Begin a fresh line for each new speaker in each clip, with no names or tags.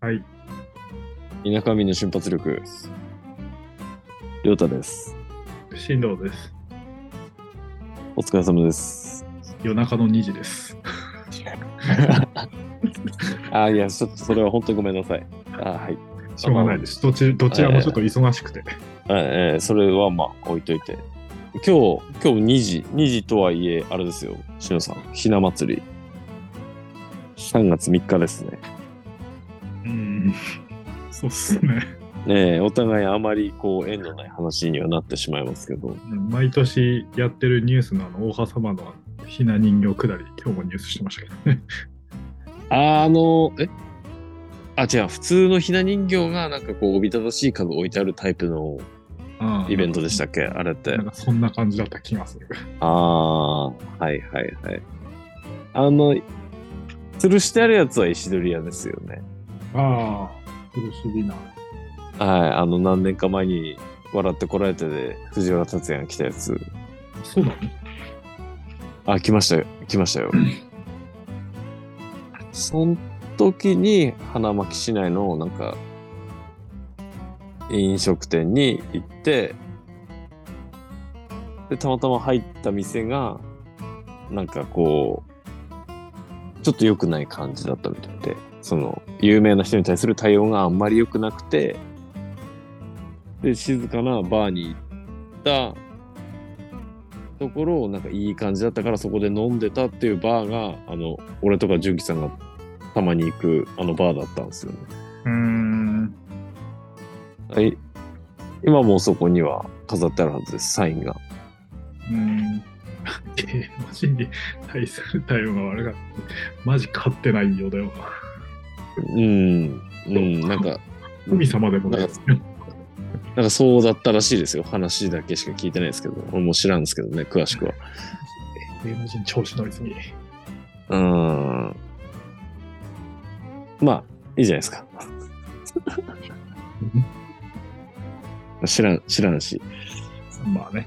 はい。
田舎民の瞬発力。りょうたです。
進藤です。
お疲れ様です。
夜中の2時です。
あー、いや、ちょっとそれは本当にごめんなさい。あーはい。
しょうがないです。どちどちらもちょっと忙しくて。
あえーそれはまあ置いといて。今日、今日2時、2時とはいえ、あれですよ、しのさん、ひな祭り。3月3日ですね。
うん。そうっすね。
ねえ、お互いあまりこう縁のない話にはなってしまいますけど、
毎年やってるニュースのあの、大葉様のひな人形くだり、今日もニュースしてましたけど ね。
あの、えあ、違う、普通のひな人形がなんかこう、おびただしい数置いてあるタイプの
あー
イベントでしたっけあれって
なん。かそんな感じだった気がする。
ああ、はいはいはい。あの、吊るしてあるやつは石取り屋ですよね。
ああ、苦しいな。
はい、あの何年か前に「笑ってこられて」で藤原竜也が来たやつ
そうだね。
あ来ましたよ来ましたよそん時に花巻市内のなんか飲食店に行ってでたまたま入った店がなんかこうちょっと良くない感じだったみたいでその有名な人に対する対応があんまり良くなくてで静かなバーに行ったところをなんかいい感じだったからそこで飲んでたっていうバーがあの俺とか純喜さんがたまに行くあのバーだったんですよね。
うーん。
はい、今もそこには飾ってあるはずですサインが。
うーん。芸能人に対する対応が悪かった。マジ勝ってないよだよ。
うん、うん、なんか
海様でもないですよ。
なんかそうだったらしいですよ話だけしか聞いてないですけど俺も知らんですけどね詳しくは。
芸能人調子乗りすぎ。
うーんまあいいじゃないですか。知らん知らんし。
まあね。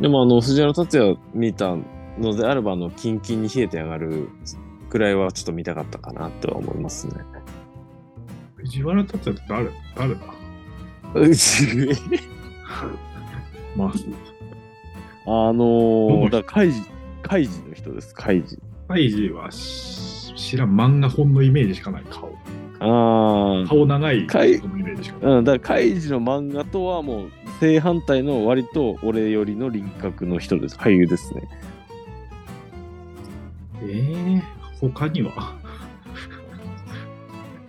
でもあの藤原竜也見たのであればあのキンキンに冷えて上がるくらいはちょっと見たかったかなとは思います ね。
藤原達也って誰誰だ まあ、
あのー、だからカイジカイジの人ですカイジ。
カイジはし知らん漫画本のイメージしかない顔。
ああ。
顔長い
カイ
人のイメージしかない。
うん、だからカイジの漫画とはもう正反対の割と俺よりの輪郭の人です俳優ですね。
えー、他に は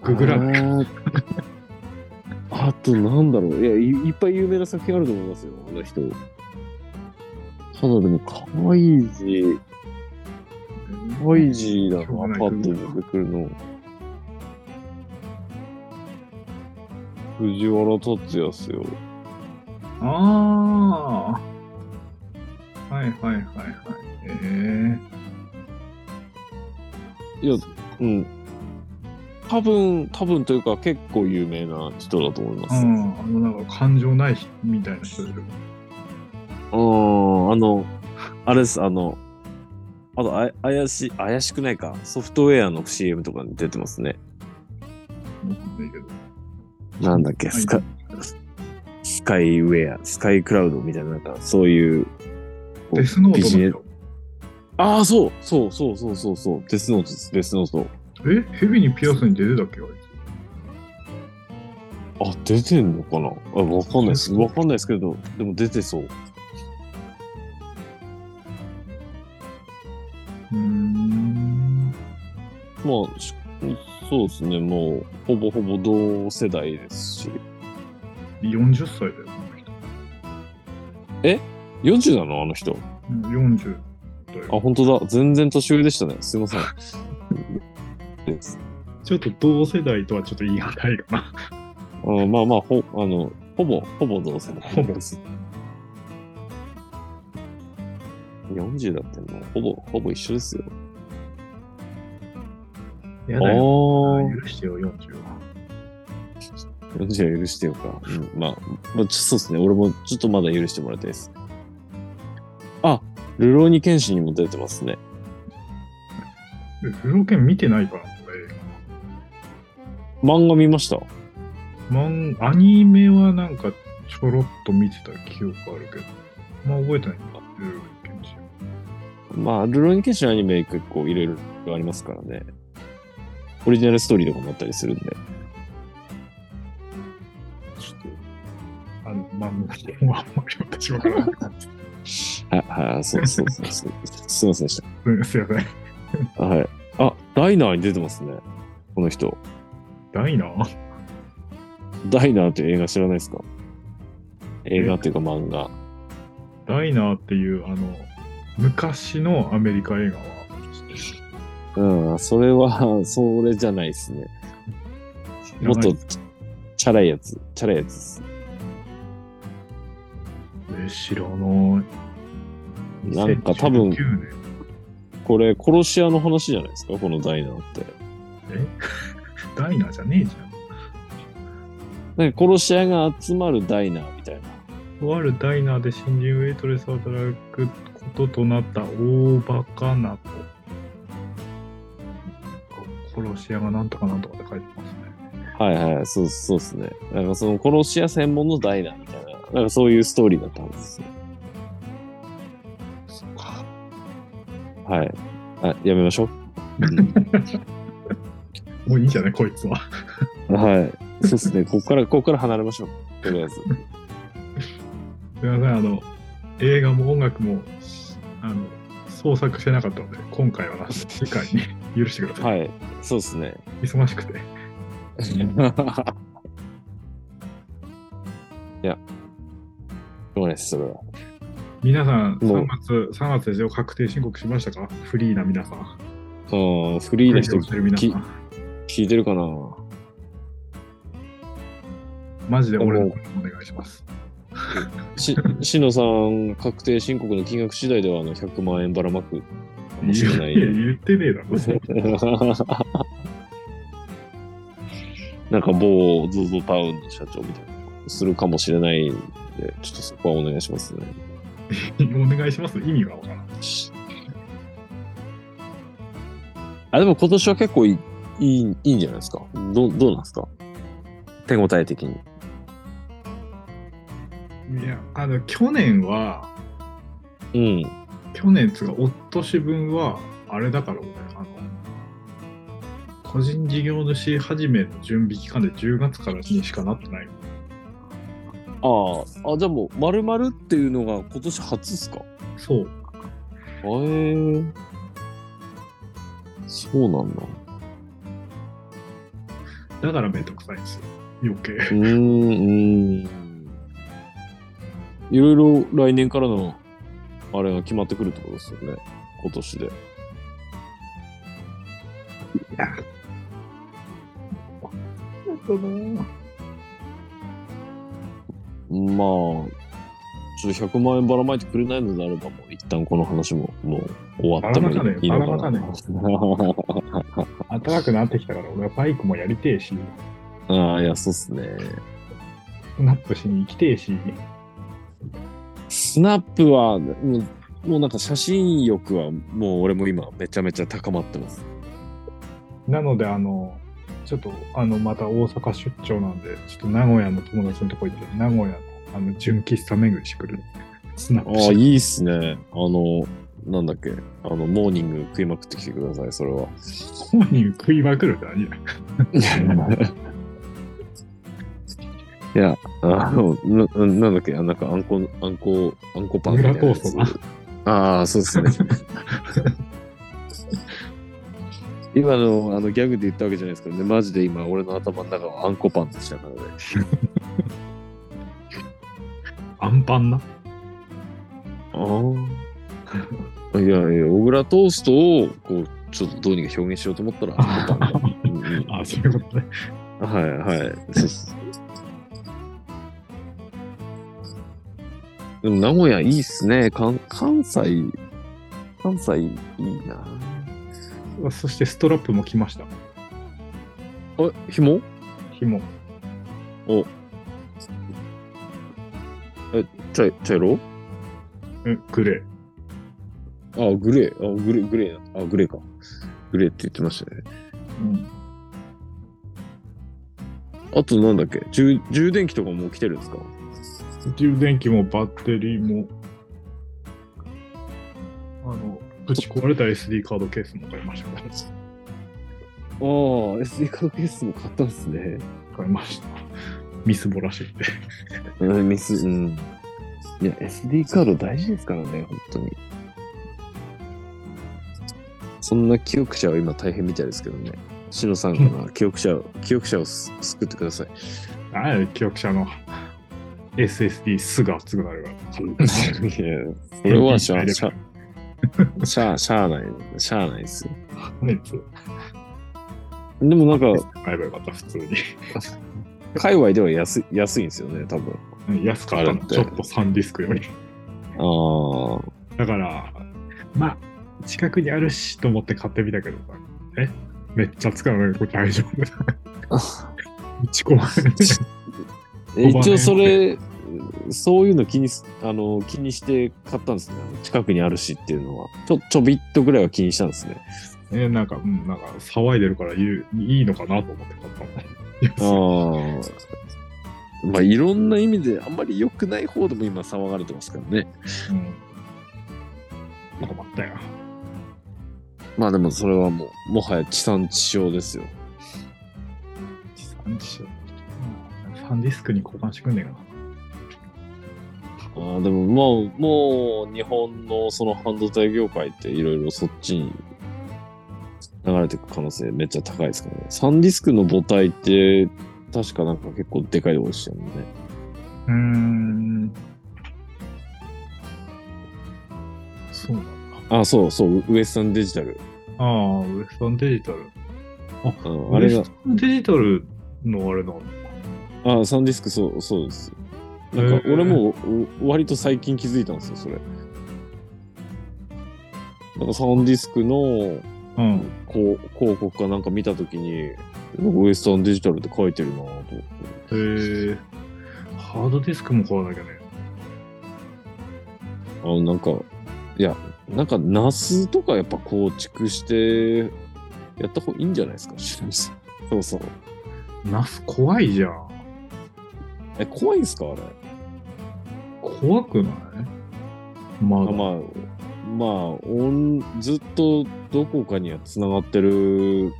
ググらない。
ない。あとなんだろういやいいっぱい有名な作品あると思いますよあの人。ただでもカイジカイジだな、パッと出てくるの。藤原達也っすよ。
ああ。はいはいはいはい。えー、
いや、うん。多分、多分というか結構有名な人だと思いま
う
す。
ん、あのなんか感情ない人みたいな人でしょ。
うん、あの、あれです、あの、あとあや、怪しい、怪しくないか。ソフトウェアの CM とかに出てますね。
わかんないけど
なんだっけ、スカ、スカイウェア、スカイクラウドみたいな、なんか、そういう。こう
デスノート
ビジネ
の
スああ、そう、そう、そう、そう、そう、そう、デスノートです、デスノート。
人。えヘビにピアスに出てたっけあいつ
あ、出てんのかなあ、わかんないです。わかんないですけど、でも出てそう。
うーん。
まあ、しそうですね、もう、ほぼほぼ同世代ですし。
40歳だよ、この人。
40なのあの人。
うん40だよ。
あ、本当だ。全然年上でしたね。すいません。です
ちょっと同世代とはちょっと言い難いかな。
あまあまあ、ほ、あの、ほぼ、ほぼ同世代
ほぼ
です。40だってもう、ほぼ、ほぼ一緒ですよ。
や
ああ
だよ。
ー、
許してよ、40は。
じゃあ許してよか。うん、まあ、まあ、ちょそうですね。俺もちょっとまだ許してもらいたいです。あ、ルローニケンシンにも出てますね。
え風呂券見てないかな、こ
漫画見ました。
れ。マンアニメはなんかちょろっと見てた記憶あるけど、あんま覚えてないな、風呂券自体
まあ、ルローニケンシンのアニメ結構いろいろありますからね。オリジナルストーリーとかもあったりするんで。
ちょっと、あの、漫画もあんまり私わからな かった。
はい、はい、そうそうそうそう。すいませんでし
すいません。
た。はい。あ、ダイナーに出てますね。この人。
ダイナー
ダイナーっていう映画知らないですか映画っていうか漫画。
ダイナーっていう、あの、昔のアメリカ映画は、
うん、それは、それじゃないですね。
知ら
もっ
ない
と、チャラいやつ。チャラいやつです。
え知らない。
なんか多分
2019年
これ、殺し屋の話じゃないですかこのダイナーって。
ダイナーじゃねえじ
なんか殺し屋が集まるダイナーみたいな。
ゃん。とあるダイナーで新人ウェイトレスを働くこととなった大バカなと。殺し屋がなんとかなんとかって書いてますね。
はいはい、そうそうですね。なんかその殺し屋専門のダイナーみたいな。なんかそういうストーリーだったんですね。
そっか。
はい。あ、やめましょう。
もういいんじゃないこいつは。
はい。そうですね。ここから、ここから離れましょう。とりあえず。
すいません、あの、映画も音楽も、あの、創作してなかったので、今回はなし、次回に 許してください。
はい。そうですね。
忙しく て。
いや。ごめんです、それは。
皆さん、
もう
3月、3月ですよ、確定申告しましたかフリーな皆さん。
うん、フリーな
フ
人
リーをしてる皆さ
き
ん。
聞いてるかな
マジで俺の声お願いします。
し、しのさん、確定申告の金額次第では、あの、100万円ばらまくかもしれない。
言ってねえだろ。
なんか某 ZOZO タウンの社長みたいなことするかもしれないんで、ちょっとそこはお願いしますね。
お願いします。意味がわからん。
あ、でも今年は結構いい、いいいいんじゃないですかどう、どうなんですか手応え的に。
いや、あの、去年は、
うん。
去年つうか、おっとし分は、あれだから俺、あの、個人事業主始めの準備期間で10月からにしかなってない。
ああ、あ、じゃあもう、まるまるっていうのが今年初っすか
そう。
へえそうなんだ。
だからめんどくさいんですよ。余計。
うーん、うーん。いろいろ来年からの、あれが決まってくるってことですよね。今年で。まあ、ちょっと100万円ばらまいてくれないのであれば、もう一旦この話ももう終わったもいいのかな。
ばらま 暖かくなってきたから、俺はバイクもやりてえし、
ああ、いや、そうっすね。
スナップしに行きてえし、
スナップは、もう、もうなんか写真欲は、もう俺も今、めちゃめちゃ高まってます。
なので、あの、ちょっと、あの、また大阪出張なんで、ちょっと名古屋の友達のとこ行って、名古屋の、あの、純喫茶巡りしてくる。スナッ
ああ
プし、て
いいっすね。あの、なんだっけ、あの、モーニング食いまくってきてください、それは。
本人食いまくるって何だ
いや、あの、ななんだっけ、あなんか、あんこ、あんこ、あんこパンみたいなやつ
グラト
ああ、そうですね。今のあのギャグで言ったわけじゃないですけどね、マジで今、俺の頭の中はあんこパンでしたからね。
アンパンな。
ああ。いやいや、小倉トーストを、こう、ちょっとどうにか表現しようと思ったら、あんこパンがうんうん
あ、そういうことね。
はいはい。そうそうでも名古屋いいっすね。関関西、関西いいな。
そしてストラップも来ました。
あ、紐
紐。
お。え、茶茶色
え、グレ
あ、グレー。あ、グレー、グレーな。あ、グレーか。グレーって言ってましたね。
ー。うん。
あとなんだっけ充充電器とかも来てるんですか
充電器もバッテリーも、あの、ぶち壊れた SD カードケースも買いました。
ああ、SD カードケースも買ったんですね。
買いました。ミスボらしいって。
うん、ミス、うん。いや、SD カード大事ですからね、本当に。そんな記憶者は今大変みたいですけどね。しのさん が記憶者を、記憶者をす救ってください。
ああ、記憶者の SSD すぐ熱くなる から。
い や、それはし ゃあ、しゃあ、しゃあ、しゃあない、しゃあないですよ。
熱
でもなんか、
買えばよかった、普通に。
界隈では安い、安いんですよね、多分。
うん安かった
あ
の、
れって
ちょっとサンディスクより。
ああ。
だから、まあ、近くにあるしと思って買ってみたけどさ、えめっちゃ使うのこれ大丈夫だ。 打ち込まれる。
え一応それ、そういうの気にすあの気にして買ったんですね。あの近くにあるしっていうのは。ちょちょびっとぐらいは気にしたんですね。
え、なんか、うん、なんか騒いでるから言ういいのかなと思って買ったの。
ああ。まあいろんな意味であんまり良くない方でも今騒がれてますからね。
うん。困ったよ。
まあでもそれはもう、もはや地産地消ですよ。
地産地消うんサンディスクに交換してくんねえかな。
ああでももう、もう日本のその半導体業界っていろいろそっちに流れていく可能性めっちゃ高いですからね。サンディスクの母体って確かなんか結構でかいとこでしたよね。
うーん。そうなんだ。
あ、そうそう、ウエスタンデジタル。
ああ、ウエスタンデジタル。
うん
あ
あ
れ
れ
ウ
が
エス、タンデジタルのあれなの
あ、サンディスク、そう、そうです。なんか、
へー
俺もお割と最近気づいたんですよ、それ。なんかサンディスクの
うん。
こう広告かなんか見たときに、なんかウエスタンデジタルって書いてるなぁと思って。
へえ。ハードディスクも買わなきゃね。
あの、なんか、いや、なんか、ナスとかやっぱ構築して、やった方がいいんじゃないですか、白石さんそうそう。
ナス怖いじゃん。
え、怖いんすか、あれ。
怖くないま
あ
だ。
まあまあオンずっとどこかにはつながってる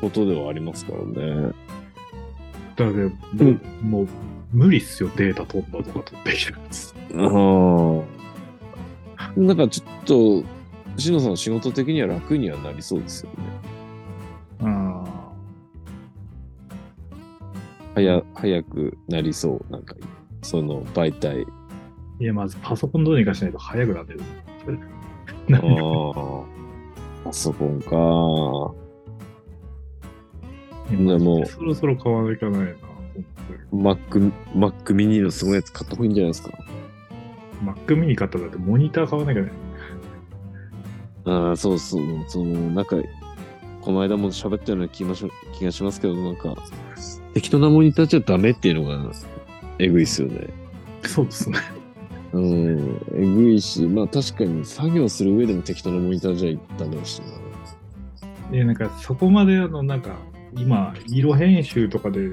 ことではありますからね。
だけど、
ん
もう無理っすよ、データ飛んだとか 取ってきたやつ。
うん。なんかちょっと、しのさんの仕事的には楽にはなりそうですよね。
うん。
早早くなりそう。なんか、その媒体。
いや、まずパソコンどうにかしないと早くなってる。
ああ。パソコンか。でも
そろそろ買わなきゃないな。
Mac、Mac mini のすごいやつ買った方がいいんじゃないですか。
Mac mini 買ったんだってモニター買わなきゃね。
ああ、そうそう、その、なんか、この間も喋ったような気がし気がしますけど、なんか、適当なモニターじゃダメっていうのが、えぐいっすよね。
そうですね。
うん、えぐいし、まあ確かに作業する上でも適当なモニターじゃダメだし な。
いや、なんかそこまであの、なんか今、色編集とかで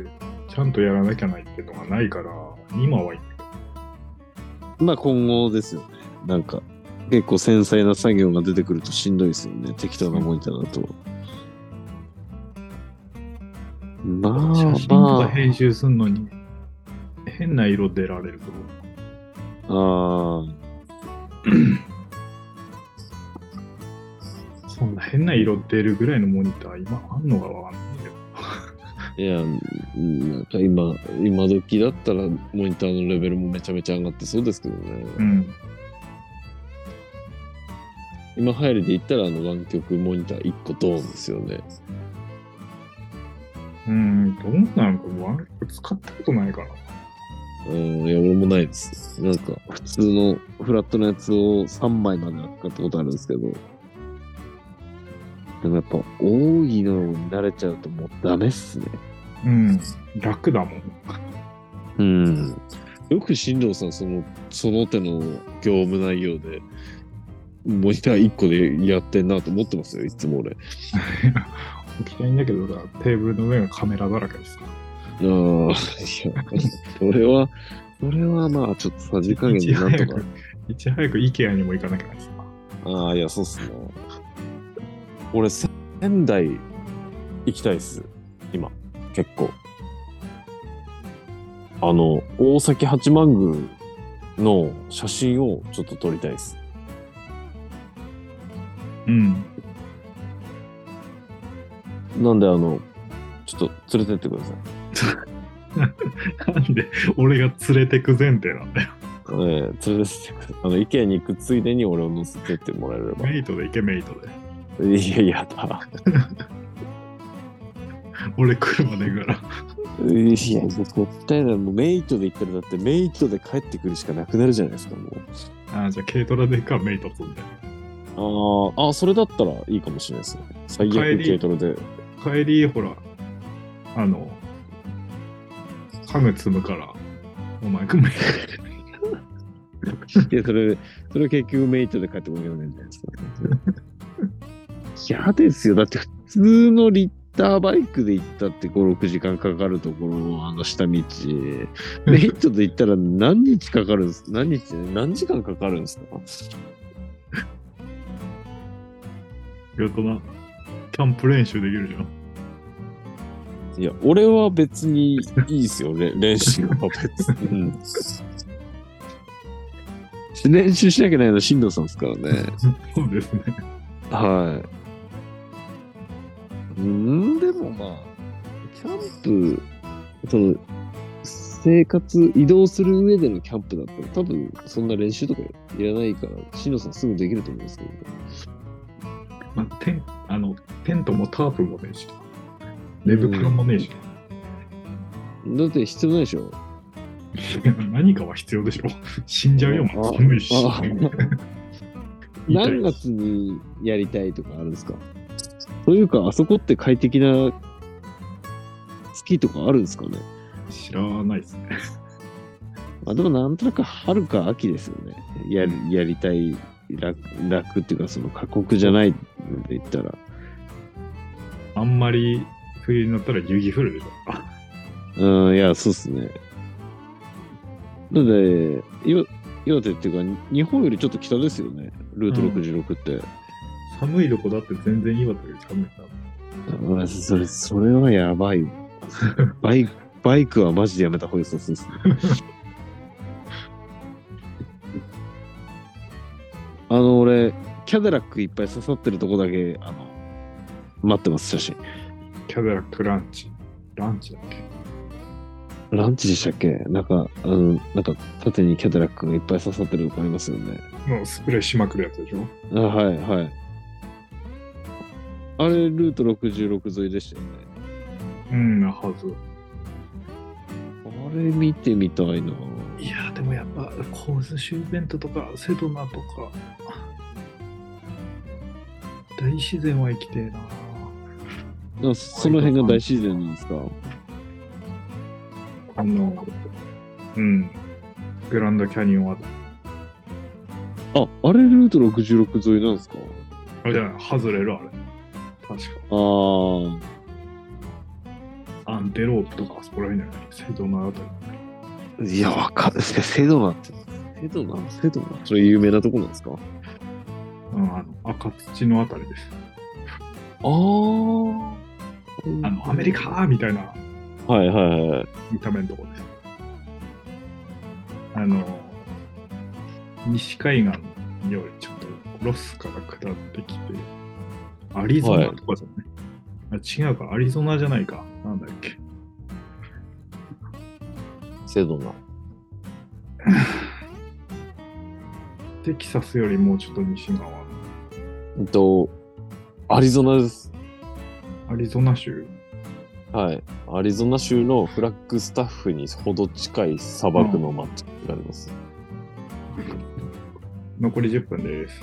ちゃんとやらなきゃないっていうのがないから、今はいいんだけど。
まあ今後ですよね。なんか、結構繊細な作業が出てくるとしんどいですよね。適当なモニターだと。まあ
写真と
ま
か
あ。
編集するのに、変な色出られると。
ああ。
そんな変な色出るぐらいのモニター今あんのかわかんないけど。
いや、うんなんか今、今時だったらモニターのレベルもめちゃめちゃ上がってそうですけどね。
うん。
今流行りで言ったらあの湾曲モニター1個ドーンですよね。
うん、どうなんかワン使ったことないから。
うん、いや、俺もないです。なんか、普通のフラットのやつを3枚まで買ったことあるんですけど、でもやっぱ多いのに慣れちゃうともうダメっすね。
うん。楽だもん。
うん。よく進藤さん、その、その手の業務内容で、モニター1個でやってんなと思ってますよ、いつも俺。
起きたいんだけどさ、テーブルの上がカメラだらけですから。
ああ、い や、それは、それはまあ、ちょっとさじ加減でなんとか。
いち早く IKEA にも行かなきゃです
ああ、いや、そうっすね。俺、仙台行きたいっす。今、結構。あの、大崎八幡宮の写真をちょっと撮りたいっす。
うん。
なんで、あの、ちょっと連れてってください。
なんで、俺が連れてく前提なんだよ。
ええ連れてってください。あの、意見に行くついでに俺を乗せてってもらえれば。
メイトで行け、メイトで。
いや、いやだ。
俺来るまでから。
いや、絶対だ。もうメイトで行ったら、だってメイトで帰ってくるしかなくなるじゃないですか、もう。
ああ、じゃあ軽トラで行くか、メイトとんで。
あーあ、それだったらいいかもしれないですね。最悪
帰り
軽トラで。
帰り、ほら、あの、家具積むから、お前くめ。
いや、それ、それ結局メイトで帰ってこなきゃいけないじゃないですか。嫌ですよ。だって普通のリッターバイクで行ったって5、6時間かかるところのあの下道、メイトで行ったら何日かかるんです何日じゃない何時間かかるんですか
よとな、キャンプ練習できるじゃん。
いや、俺は別にいいですよ、れ練習は別に。うん練習しなきゃいけないのは進藤さんですからね。
そうですね。
はい。うん、でもまあ、キャンプ、その、生活、移動する上でのキャンプだったら、多分そんな練習とかいらないから、しのさんすぐできると思うんですけど、
まあ、テンあのテントもタープもねえし、寝袋もねえし、
だって必要ないでしょ。
何かは必要でしょ。死んじゃうよ、もう寒いし。
あ
痛い
何月にやりたいとかあるんですかというか、あそこって快適な月とかあるんですかね
知らないですね。
まあ、でもなんとなく春か秋ですよね。やりやりたい楽、楽っていうか、その過酷じゃないので言ったら。
あんまり冬になったら雪降るでしょ。あ
うん、いや、そうっすね。だって、よ岩手っていうか、日本よりちょっと北ですよね。ルート66って。
寒いとこだって全然岩手より寒いな。
うん、それ、それはやばい わ。バイク、バイクはマジでやめた方が良さそうですね。あの、俺、キャデラックいっぱい刺さってるとこだけ、あの、待ってます、写真。
キャデラックランチ。ランチだっけ
ランチでしたっけなんか、あの、なんか、縦にキャデラックがいっぱい刺さってるとこありますよね。
もうスプレーしまくるやつでしょ。
あ、はい、はい。あれ、ルート66沿いでしたよね。
うん、なはず。
あれ、見てみたいな。
いやー、でもやっぱ、コースシューベントとか、セドナとか、大自然は生きてえな
あその辺が大自然なんですか
あの、うん。グランドキャニオンは、
あ、あれルート66沿いなんですか
あれじゃない、外れるあれ。確か。
あー
アンテロープとか、そこら辺だよね。セドナあたり。
いや、わかんない。セドナって。セドナセドナそれ有名なとこなんですかあ
うん、あの、赤土のあたりです。あ
あ。
の、アメリカーみたいな
はいはいはい。
見た目のとこです。あの、西海岸よりちょっとロスから下ってきて、アリゾナとかじゃない、あ違うか、アリゾナじゃないか。なんだっけ。
セドナ。
テキサスよりもうちょっと西側。
えっと、アリゾナです。
アリゾナ州
はい。アリゾナ州のフラッグスタッフにほど近い砂漠の町があります。
残り10分です。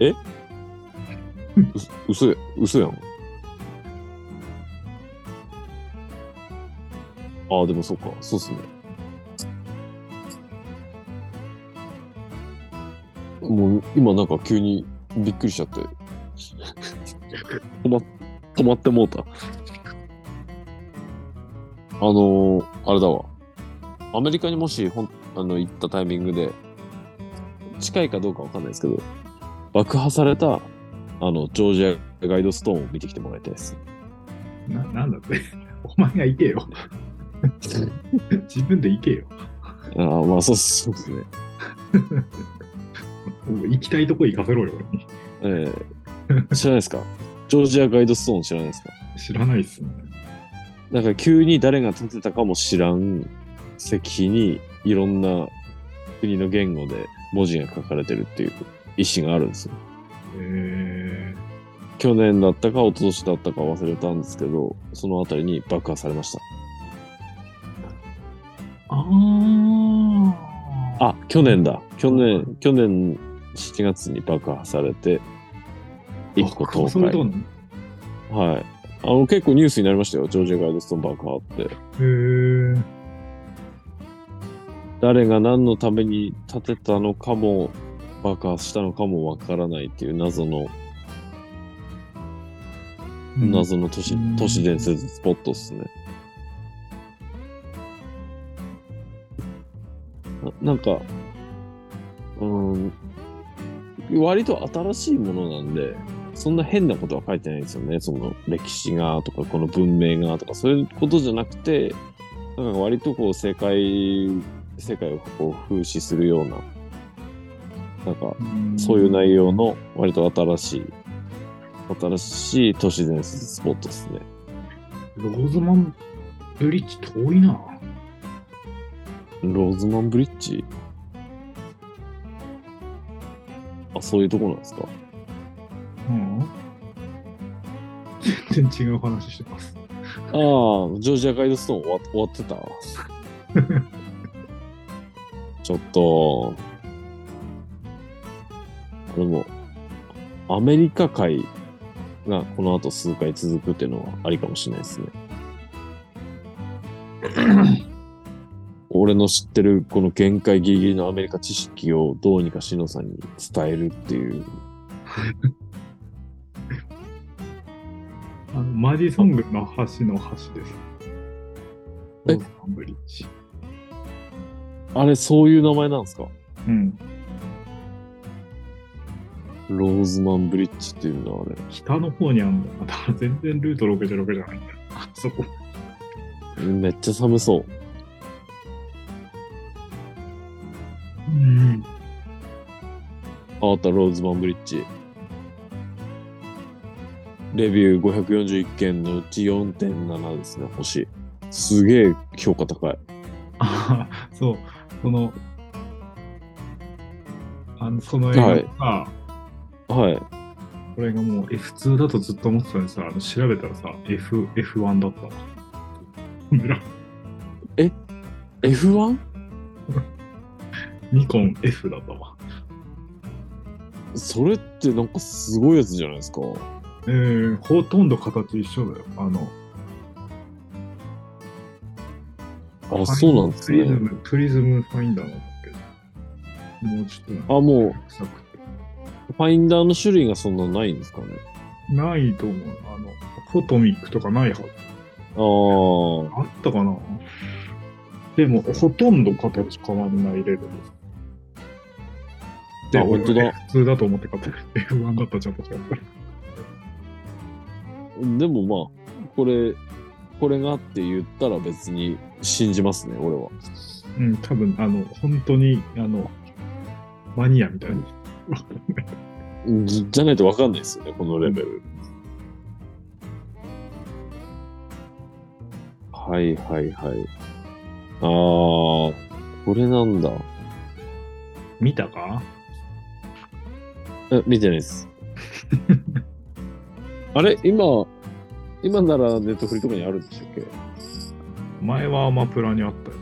えう嘘や、嘘やん。ああ、でもそうか、そうっすね。もう今なんか急にびっくりしちゃって。 止ま、止まってもうた。あのーあれだわ。アメリカにもしほんあの行ったタイミングで、近いかどうかわかんないですけど、爆破された、あの、ジョージアガイドストーンを見てきてもらいたいです。
ななんだって。 お前が行けよ。 自分で行けよ。
ああ、まあそうそうですね。
もう行きたいとこ行かせろよ、俺に。
ええ知らないですかジョージアガイドストーン知らないですか
知らないっすね。
なんか急に誰が建てたかも知らん石碑にいろんな国の言語で文字が書かれてるっていう意思があるんですよ。
え
去年だったか一昨年だったか忘れたんですけど、その辺りに爆破されました。
ー、ああ。
あ、去年だ。去年、去年7月に爆破されて、一個倒
そういうとこ
壊。
なの
はい。あの、結構ニュースになりましたよ。ジョージアガイドストーン爆破って。
へー
誰が何のために建てたのかも爆発したのかもわからないっていう謎の、
うん
謎の都市
うん
都市伝説スポットっすね。ななんか、うーん、割と新しいものなんで、そんな変なことは書いてないんですよね。その歴史がとか、この文明がとか、そういうことじゃなくて、なんか割とこう世界、世界をこう風刺するような、なんか
うん
そういう内容の割と新しい、新しい都市伝説スポットですね。
ローズマンブリッジ遠いな。
ローズマンブリッジあ、そういうとこなんですか
うん。全然違う話して ます。
ああ、ジョージアガイドストーン終わ終わってた。 ちょっと、これも、アメリカ海がこの後数回続くっていうのはありかもしれないですね。俺の知ってるこの限界ギリギリのアメリカ知識をどうにかしのさんに伝えるっていう。
あのマジソングの橋の橋です。ロ
え
ーズマンブリッジ。
あれ、そういう名前なんですか
うん。
ローズマンブリッジっていうのはあれ。
北の方にあるんだよ。また全然ルート66じゃないんだよ。あそこ。
めっちゃ寒そう。
うん。
あったローズマンブリッジ。レビュー541件のうち4.7ですね、星。すげえ評価高い。
ああ、そう。その、あのその映画さ、
はい。
これがもう F2 だとずっと思ってたのにさ、あの調べたらさ、F、F1 だったわ。村
F1?
ニコン F だったわ。
それってなんかすごいやつじゃないですか。
えー、ほとんど形一緒だよ。あの、
あ、そうなんです
プリズ
ね。
ム、プリズムファインダーなんだけど。もうちょっと
あ、も
なんか臭くて
う、ファインダーの種類がそんなないんですかね。
ないと思う。あの、フォトミックとかないはず。
あー。
あったかなでも、ほとんど形変わんないレベルです。で
あ本当だ
俺は普通だと思って買った。F1 だったじゃん、確かに。
でもまあ、これ、これがって言ったら別に信じますね、俺は。
うん、多分、あの、本当に、あの、マニアみたいな。
じじゃないと分かんないですよね、このレベル。はいはいはい。あー、これなんだ。
見たか
え、見てないです。あれ今、今ならネットフリとかにあるんでしたっけ
前はアマプラにあったよ。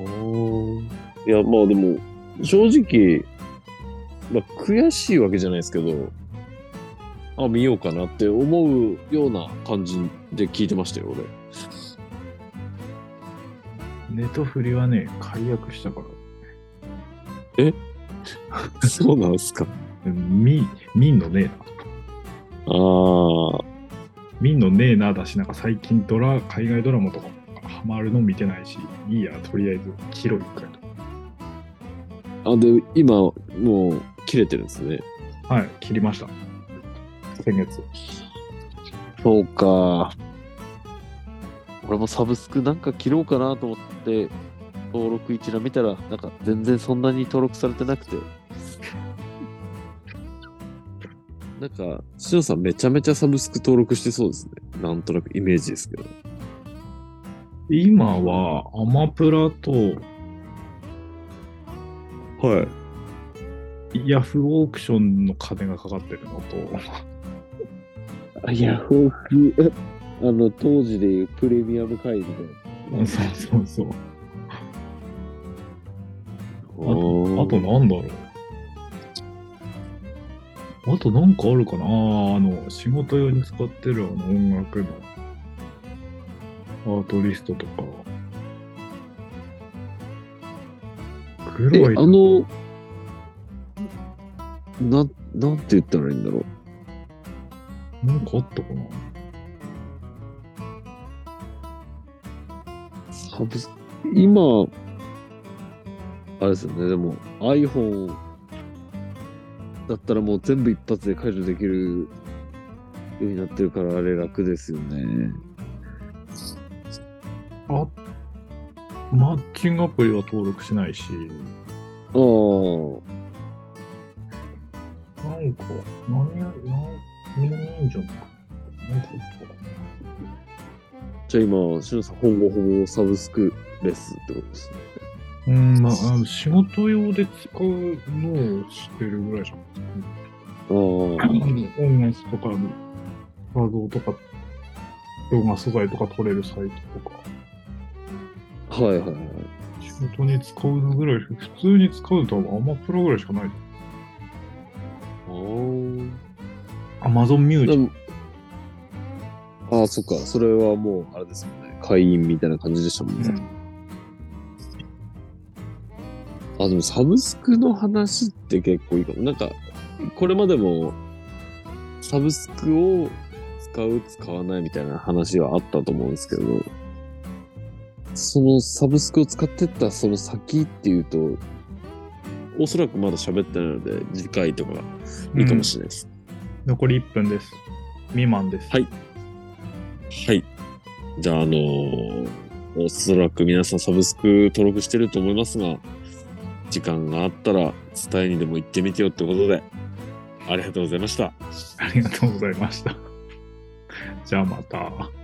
おいや、まあでも、正直、まあ、悔しいわけじゃないですけど、あ見ようかなって思うような感じで聞いてましたよ俺
ネトフリはね、解約したから。
そうなんですか。
み、みんのねえな。
ああ、
みんのねえなだし、なんか最近ドラ、海外ドラマとかハマるの見てないし、いいや、とりあえず、切ろう一回と。
あ、で、今、もう、切れてるんですね。
はい、切りました。先月。
そうか。俺もサブスクなんか切ろうかなと思って、登録一覧見たら、なんか全然そんなに登録されてなくて。 なんか、しのさんめちゃめちゃサブスク登録してそうですね。なんとなくイメージですけど。
今は、アマプラと、
はい。
ヤフーオークションの金がかかってるのと、
あヤフオク、あの、当時でいうプレミアム会議 で。
そうそうそう。
あ
あとなんだろう。あとなんかあるかなあーあの、仕事用に使ってるあの音楽のアートリストとか。グ
え、
ロい
あの、なん、なんて言ったらいいんだろう。
なんかあったかな
サブス今、あれですよね、でも iPhone だったらもう全部一発で解除できるようになってるから、あれ楽ですよね。
マッチングアプリは登録しないし、
ああ、
なんか、何や、何、何んじゃないか。なんかあったかな
じゃあ今、しのさん、ほぼほぼサブスクレスってことですね。
うん、まあ、あの仕事用で使うのをしてるぐらいじゃん。
ああ、
音楽とかの画像とか、動画素材とか撮れるサイトとか、
はいはいはい。
仕事に使うぐらい、普通に使うとアマプロぐらいしかない。
あー
アマゾンミュージ
で
ッ
もああ、そっか。それはもう、あれですもんね。会員みたいな感じでしたもんね。
ク。
あ、でもサブスクの話って結構いいかも。なんか、これまでも、サブスクを使う、使わないみたいな話はあったと思うんですけど、そのサブスクを使ってったその先っていうと、おそらくまだ喋ってないので、次回とかいいかもしれないです。
残り1分です。未満です。
はいはい。じゃあ、あのーおそらく皆さんサブスク登録してると思いますが、時間があったら伝えにでも行ってみてよってことで、ありがとうございました。
ありがとうございました。じゃあまた。